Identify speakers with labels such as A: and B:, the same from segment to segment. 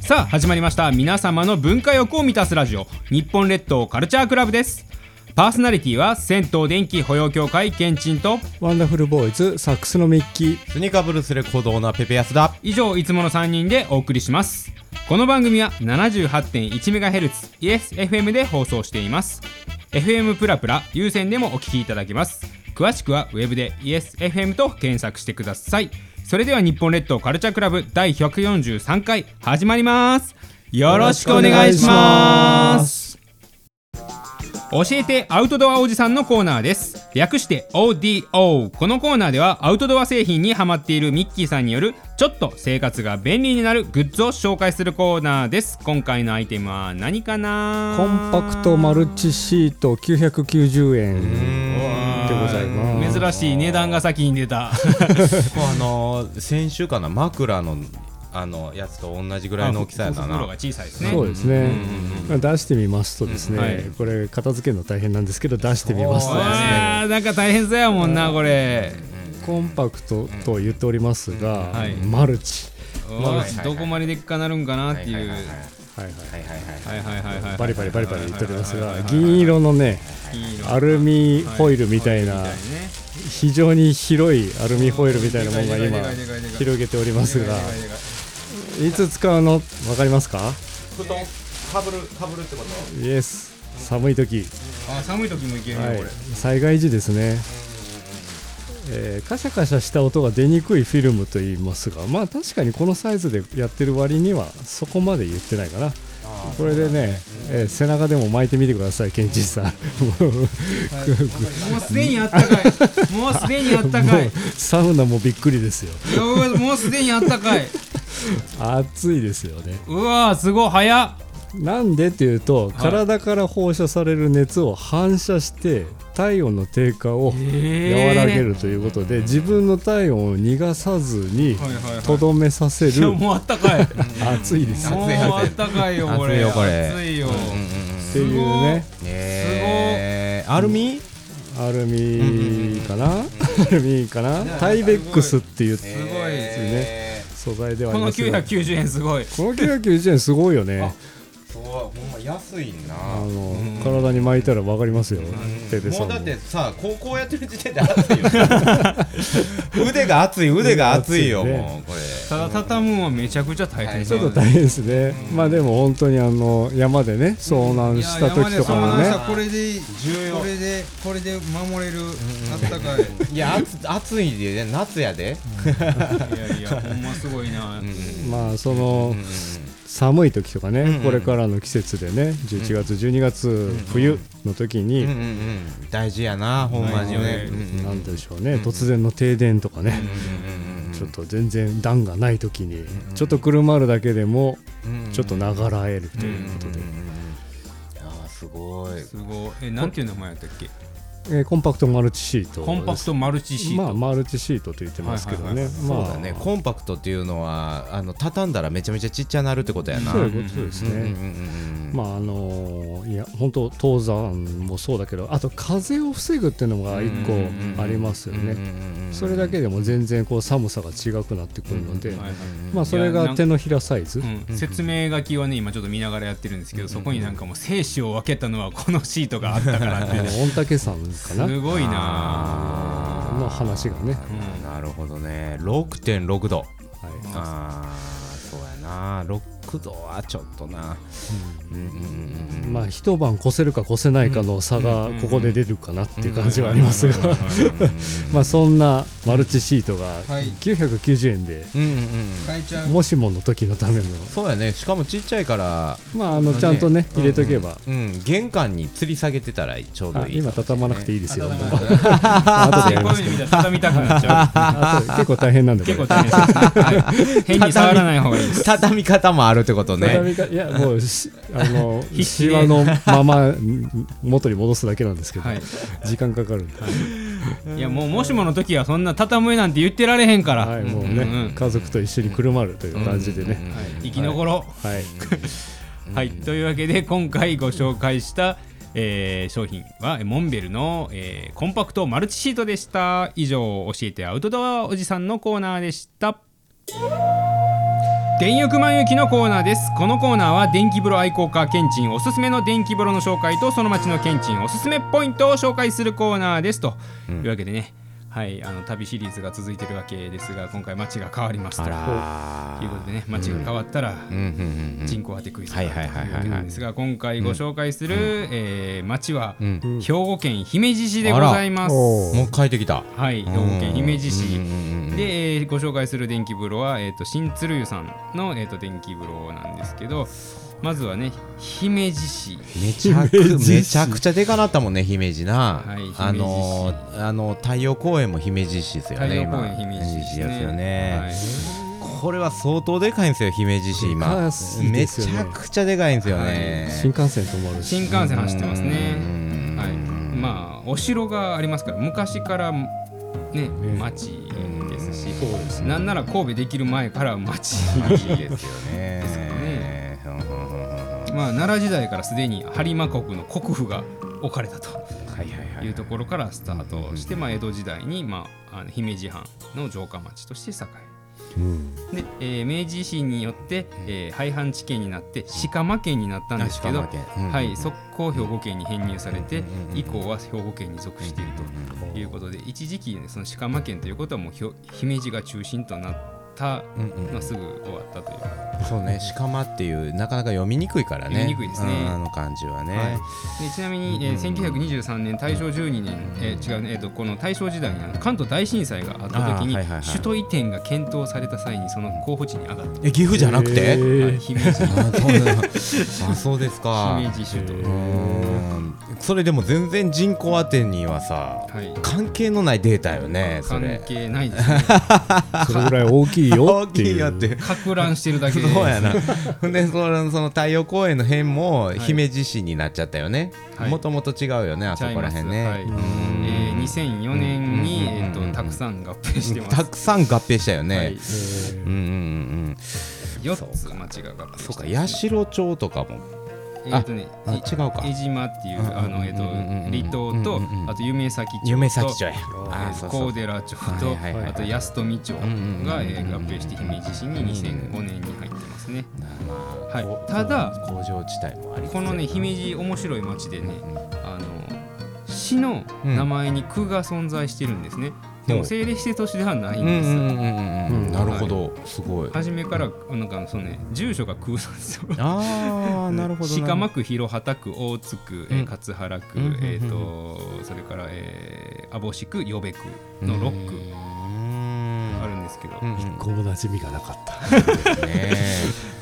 A: さあ始まりました皆様の文化欲を満たすラジオ日本列島カルチャークラブですパーソナリティは銭湯電気保養協会けんちんと
B: ワンダフルボーイズサックスのミッキー
C: スニーカーブルースレコードオーナーペペヤスだ
A: 以上いつもの3人でお送りしますこの番組は 78.1MHz イエス FM で放送しています FM プラプラ有線でもお聞きいただけます詳しくはウェブでイエス FM と検索してくださいそれでは日本列島カルチャークラブ第143回始まりますよろしくお願いします
B: す
A: 教えてアウトドアおじさんのコーナーです略して ODO このコーナーではアウトドア製品にハマっているミッキーさんによるちょっと生活が便利になるグッズを紹介するコーナーです今回のアイテムは何かな
B: コンパクトマルチシート990円でございます
A: 珍しい値段が先に出た
C: こうあのー先週かな枕のあのやつと同じぐらいの大きさやっ
A: あ
C: た
A: 袋が
C: な
A: 小さいですね
B: そうですね、まあ出してみますとですね、
A: うんはい
B: これ片付けるの大変なんですけど出してみますとですね
A: あーなんか大変そうやもんなこれ
B: コンパクトと言っておりますが、
A: はい
B: マルチ、
A: おーどこまででっかなるんかなっていう
C: はい
B: はいはい、
C: はいはいは
A: はいはい
C: い
A: はいはい
B: バリバリバリバリ言っております
A: は
B: が
A: いはいはいはい
B: 銀色のね
A: 銀色
B: アルミホイルみたいな、
A: はみたいね
B: 非常に広いアルミホイルみたいなものが
A: でか
B: 今
A: いでかいでかいでかい
B: 広げておりますが
A: でかいでかいでかい
B: いつ使うの分かりますか
C: 布団かぶるかぶるってこと
B: イエス寒い時、
A: あ寒い時もいけるよ、
B: はい
A: これ、
B: 災害時ですね、えーカシャカシャした音が出にくいフィルムといいますがまあ確かにこのサイズでやってる割にはそこまで言ってないかなこれでね、えー背中でも巻いてみてくださいケンチンさんも
A: もうすでにあったかいもうすでにあったかいう
B: サウナもびっくりですよ
A: うわもうすでにあったかい
B: 暑いですよね
A: うわーすごい早っ
B: なんでっていうと、体から放射される熱を反射して体温の低下を和らげるということで、自分の体温を逃がさずに
A: はいはいはい
B: とどめさせ
A: いや
B: る
A: もうあったかい
B: 暑いですよ
A: もう
C: 暑い暑い
A: あったかいよこ
C: 暑
A: れ
C: いよこれ
A: 暑いよ
C: うんうんうん
B: っていうね
C: えーアルミ
B: アルミかな、アルミかなタイベックスっていう
A: ごい
C: えー
B: 素材ではあ
A: こ
B: り
A: の
B: ますが
A: 990円すごい
B: この990円すごいよね
C: そうほんま安いな
B: あの体に巻いたら分かりますよペペさ
C: も
B: ん
C: う
B: も
C: だってさ高校やってる時点で熱いよ腕が熱い腕が熱いよ
B: 熱いね
C: もうこれ
A: ただ畳むのはめちゃくちゃ大変
B: ちょっと
A: 変
B: 大変ですね、まあでも本当にあの山でね遭難した時とかもね、
A: これで
C: 重要
A: これでこれで守れるあったかい
C: いや暑暑いでね夏やで
A: いやいやほんますごいな、
B: まあその寒い時とかね、これからの季節でね11月12月冬の時に、
C: うんうん大事やなほんまに
A: 大事
C: ね
A: よね
C: うんうん
B: なんでしょうね、突然の停電とかね、ちょっと全然暖がない時に、ちょっと車あるだけでもちょっとながらえるということで、
C: あーすごい
A: すごいえなんていう名前やったっけ
B: えーコンパクトマルチシートです
A: コンパクトマルチシート、
B: まあマルチシートと言ってますけど
A: はいはい
B: ね
A: はい
B: まあ
C: そうだねコンパクトっていうのはあの畳んだらめちゃめちゃちっちゃなるってことやな
B: そういうことですね、
C: うんうんうん
B: まああのいや本当登山もそうだけどあと風を防ぐっていうのが一個ありますよ
C: うんうん
B: ね。
C: うんうん
B: それだけでも全然こう寒さが違くなってくるので
A: はい、はい
B: まあそれが手のひらサイズ。
A: うん、説明書きはね今ちょっと見ながらやってるんですけど、そこになんかもう生死を分けたのはこのシートがあったからっ
B: あの
A: て
B: 御嶽山か な
A: すごいな
B: の話がね。
C: なるほどね6.6度
B: はい
C: あーそうやな6度はちょっとなうんうんうんうん
B: まあ一晩越せるか越せないかの差がここで出るかなっていう感じはありますが、 まあそんなマルチシートが
A: はい
B: 990円で、
C: うんうんうん
A: 変えちゃ
B: もしもの時のための、
C: そうやねしかもちっちゃいから
B: まああのちゃんとね入れとけば
C: うん玄関に吊り下げてたらちょうど
B: あ
C: いい
B: 今畳まなくていいですよ。もう
A: あ
B: 後でや
A: こ
B: り
A: う
B: ま
A: いうの見
B: す
A: たら畳みたくなっ ちゃう
B: 後で結構大変なんで。
A: 結構
B: こ
A: 大変です、はい変に触らない方がいいです
C: 畳み方もあるってこと
B: れ
C: ね
B: 畳みかいやもうしあの
A: 必死
B: シ
A: で
B: ワのままん元に戻すだけなんですけど、
A: はい
B: 時間かかるんで、
A: いやもうもしもの時はそんな畳むなんて言ってられへんから、
B: はい、もうね、
A: うんうん
B: 家族と一緒にくるまるという感じでね、
A: 生き残ろう、
B: はい、
A: はい、というわけで今回ご紹介した、えー商品はえモンベルの、えーコンパクトマルチシートでした以上教えてアウトドアおじさんのコーナーでした電浴満行きのコーナーですこのコーナーは電気風呂愛好家ケンチンおすすめの電気風呂の紹介とその町のケンチンおすすめポイントを紹介するコーナーですというわけでね、はいあの旅シリーズが続いてるわけですが今回町が変わりますと
C: あ
A: いうことでね町が変わったら、
C: うんうんうんうん
A: 人口当てクイズがあ
C: は
A: る
C: い
A: と
C: はいいはいはいう
A: わけなんですが今回ご紹介する、えー町は、
C: うん
A: 兵庫県姫路市でございます。
B: お
C: もう帰ってきた
A: はい、兵庫県姫路市、
C: うんうんうんうん
A: で、えーご紹介する電気風呂は、えー、と新鶴湯さんの、えー、と電気風呂なんですけどまずはね姫路市
C: めちゃく
B: 姫路市
C: めちゃくちゃでかなったもんね姫路な、
A: はい姫路市
C: あのーあの太陽公園も姫路市ですよね
A: 太陽
C: 今
A: 公園姫路市
C: 姫ですよね、
A: はい
C: これは相当でかいんですよ姫路市
B: でか
C: 今
B: いっすよね
C: めちゃくちゃでかいんですよね、
B: 新幹線止まるし
A: 新幹線走ってますね
C: う、ん
A: はい、まあお城がありますから昔からね町ですし、
B: そうですね
A: なんなら神戸できる前から町
C: ですよねうんうんうんうんは
A: まあ奈良時代からすでに播磨国の国府が置かれたと
C: いはいはい
A: いうところからスタートして、まあ、江戸時代に、まあ、あの姫路藩の城下町として栄
B: うん
A: えで、えー明治維新によって、えー廃藩置県になって鹿間県になったんですけど、
C: あ鹿間県うん
A: はい、速攻兵庫県に編入されて、
C: うんうん
A: 以降は兵庫県に属しているということで、一時期、ね、その鹿間県ということはもうひょ姫路が中心となった
C: うんうん
A: のはすぐ終わったという。
C: そうね「しかま」っていうなかなか読みにくいから
A: 読
C: ね
A: みにくいですね
C: うんあの感じはね、
A: はい、でちなみに、えー1923年大正12年、えー違うね、えーとこの大正時代にあの関東大震災があった時に、
C: あーはいはいはい
A: 首都移転が検討された際にその候補地に上がった、
C: え岐阜じゃなくて、
B: えー
A: はい姫 路
C: あそうなんだあそうですか
A: 姫路首都、
C: うーんそれでも全然人口当てにはさ
A: はい、
C: 関係のないデータよねそ
A: 関
C: れ
A: 係ないです ね
B: それぐらい大きいよ
C: 大
B: って
C: き
B: いう
C: いよっていう
A: 攪乱してるだけで
C: そうやなほ んでそのその太陽公園の辺も姫路市になっちゃったよね
A: はい
C: もともと違うよねあそこら辺ね、
A: はいえ
C: うーん
A: ー、2004年に、
C: うん
A: えー、
C: うん
A: とたくさん合併してます
C: たくさん合併したよね、
A: はい、
B: えー
C: うんうんうん
A: 4つ町が合併
C: うん
A: して
C: そうか
A: ます
C: 八代町とかも
A: えーとね
C: あ違うか
A: 江島っていう
C: うんうんうんうん
A: あの、えー、と離島と、
C: うんうんうん
A: あと夢前町
C: 夢
A: と
C: 咲町や
A: え
C: あ
A: ー
C: そうそう
A: 高寺町と、
C: はいはいはいはい
A: あと安富町が、
C: うんうんうん
A: えー合併して姫路市に2005年に入ってますね。
C: まあ
A: はい
C: こ
A: ただ
C: 工場地帯もありつつ
A: このね姫路面白い町でね、あの市の名前に区が存在してるんですね。でも政令指定都市ではないん
C: うんう
A: です。
C: んうんうんう
B: うん
C: んなるほどすごい
A: 初めからなんかそのね住所が区なんですよ。
C: ああなるほどな
A: 鹿間区、広畑区、大津区、えー
C: うん
A: 勝原区、
C: うんうんうんうん
A: えーとそれから、えー網干区、予部区の6
C: う
A: 区
C: ーん
A: あるんですけど、
C: うんうん
B: こう馴染みがなかった
C: ね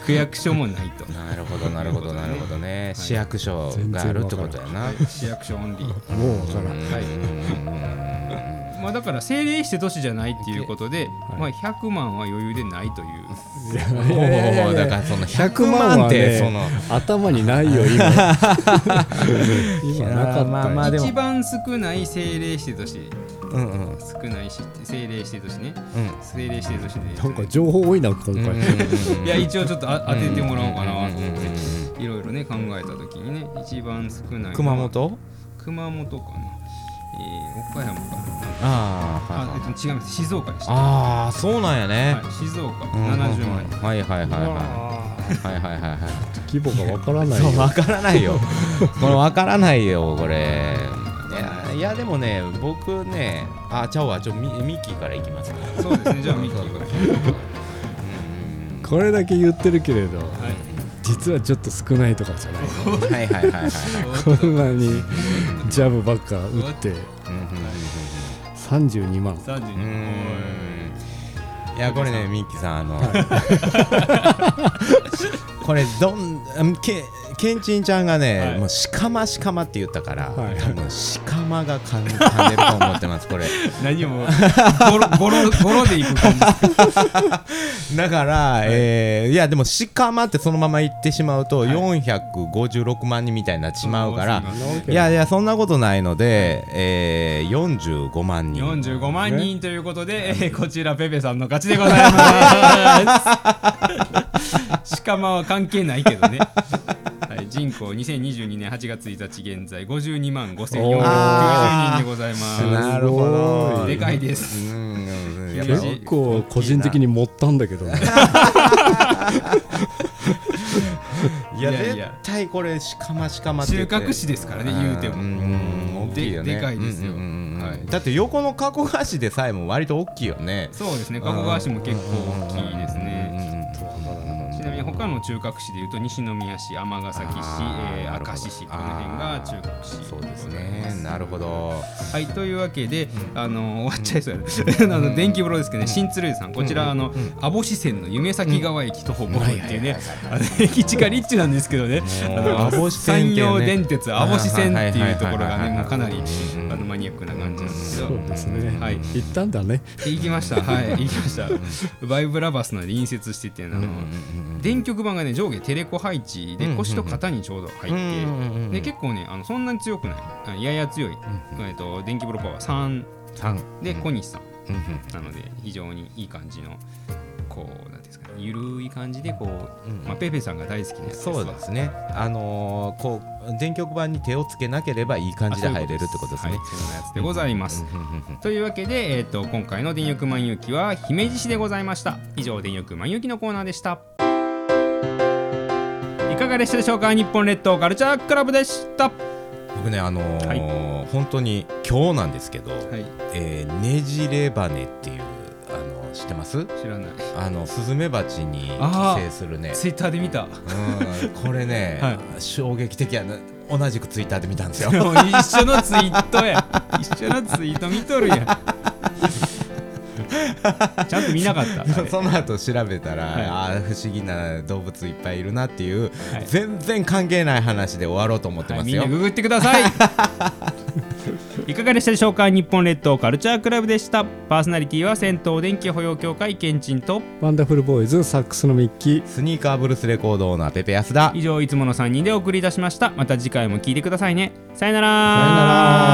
A: 区役所もない と
C: え。なるほどなるほどなるほどね
A: い
C: 市役所があるってことやな
A: 市役所オンリー。
B: もうわからん
A: はいまあ、だから政令して都市じゃないっていうことで、まあ、100万は余裕でないという
C: おおだからその100万ってその
B: 頭にない よ今今なかったよ
C: まあまあでも
A: 一番少ない政令して都市
C: うんうん
A: 少ないし政令して都市ね
C: うん
A: 政令して都市で
B: なんか情報多いな今
C: うんうん
B: 回
C: うん
A: いや一応ちょっとあ当ててもらおうかなと
C: うんうん
A: 思
C: うんうん
A: っていろいろね考えた時にね一番少ないのは
C: 熊本
A: 熊本かな、えー、岡山かな
C: ああ
A: あ、えっと、違います静岡でした、は
C: ああそうなんや
A: い
C: ね、
A: 静岡
C: うんうんうん
A: 70万人
C: はいはいはいはいはいはいはいはい
B: 規模がわからない
C: そう
B: よ
C: 分からないよこれ分からないよこれいやいやでもね僕ねあちゃうわちょミミッキーからいきますね
A: そうですねじゃあミッキーが
C: うん
B: これだけ言ってるけれど
A: はい
B: 実はちょっと少ないとかじゃない
C: はいはいはいはいはい
B: こんなにジャブばっか打って
C: うんうん
B: 32万
A: 32
C: うんうんいやこれねミッキーさんあの これどんうんけけんちんちゃんがね、
A: はい
C: もうしかましかまって言ったから、
B: はい
C: 多分しかまが噛ん噛んでると思ってますこれ
A: 何もボロボロボロでいく感じ
C: だから、えーいやでも「鹿ま」ってそのまま言ってしまうと、456万人みたいになってしまうから、いやいやそんなことないので、えー、45万人
A: 45万人ということで、えーこちらペペさんの勝ちでござい ますしかまは関係ないけどねはい人口2022年8月1日現在52万
B: おー
A: 5490人でござい
B: すごい
A: ま
C: なるほど
A: す。でかいです。
C: うんやっぱ
A: 結
B: 結構個人的に持ったんだけどね
C: いや
A: いやいや
C: 絶対これしかましかまって
A: 収穫市ですからね、言うて
C: う
A: も。
C: んうん大きいよね
A: ででかいですよ
C: うんうんうんうん
A: はい
C: だって横の加古川市でさえも割と大きいよね
A: そうですね、加古川市も結構大きいですね。
C: ね
A: ちなみに他の中核市でいうと西宮市、尼崎市、
C: あー
A: え
C: な
A: ー
C: るほど
A: 明石市この辺が中核市
C: そうですねなるほど
A: はいというわけで、あの終わっちゃいそうや なあの電気風呂ですけどね新鶴湯さんこちらあの網干支線の夢先川駅徒歩5分っていうねあの駅地下立地なんですけどね
C: もう
A: あの
C: 網干支線
A: 山
C: っていうね
A: 陽電鉄網干支線っていうところが
C: はいはいはいはい
A: ねもうかなり
C: うん
A: あのマニアックな感じなんですけ
B: そう
A: ど。
B: ですね、
A: はい
B: 行ったんだね
A: 行きましたはい行きましたバイブラバスの隣接しててあの電極板がね上下テレコ配置で腰と肩にちょうど入ってで結構ねあのそんなに強くないあやや強い、えっと電気ブロッパーは3
C: 三
A: で、小西さん
C: うんうん
A: なので非常にいい感じのこうなんていうんですかねゆるい感じでこう、
C: うん
A: まあ、ペーペーさんが大好きなやつ
C: そう
A: わ
C: ですねあのーこう電極板に手をつけなければいい感じで入れるってことですね
A: はい、そういうやつでございます、
C: うんうんうん
A: というわけで、えっと今回の「電力満遊記」は姫路市でございました以上「電力満遊記」のコーナーでしたいかがでしたでしょうか日本列島カルチャークラブでしたは
C: 僕ねあのー本当に今日なんですけど、
A: い
C: えーねじれ羽根っていうあの知ってます
A: 知らない
C: あのスズメバチに
A: あー
C: 寄生するね
A: ツイッターで見た
C: うんこれね、
A: は
C: 衝撃的やな同じくツイッターで見たんですよ
A: でも一緒のツイートや一緒のツイート見とるやんちゃんと見なかったあれ
C: その後調べたら、
A: はい
C: あー不思議な動物いっぱいいるなっていう、
A: はい
C: 全然関係ない話で終わろうと思って
A: はい
C: ます
A: みん
C: よ、
A: なググってくださいいかがでしたでしょうか日本列島カルチャークラブでしたパーソナリティは銭湯電気保養協会けんちんと
B: ワンダフルボーイズサックスのミッキー
C: スニーカーブルースレコードオーナーペペ安田
A: 以上いつもの3人でお送りいたしましたまた次回も聞いてくださいねさよなら
B: さよなら